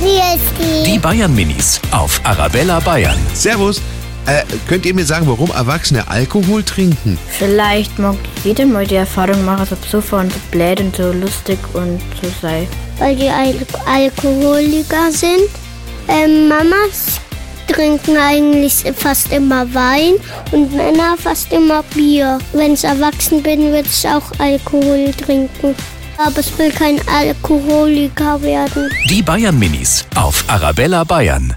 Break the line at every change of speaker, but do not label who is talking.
Grüß
Die Bayern Minis auf Arabella Bayern.
Servus. Äh, könnt ihr mir sagen, warum Erwachsene Alkohol trinken?
Vielleicht mag jeder mal die Erfahrung machen, so besoffen und so blöd und so lustig und so sei.
Weil die Al Alkoholiker sind. Ähm, Mamas trinken eigentlich fast immer Wein und Männer fast immer Bier. Wenn ich erwachsen bin, würde ich auch Alkohol trinken. Aber ich will kein Alkoholiker werden.
Die Bayern Minis auf Arabella Bayern.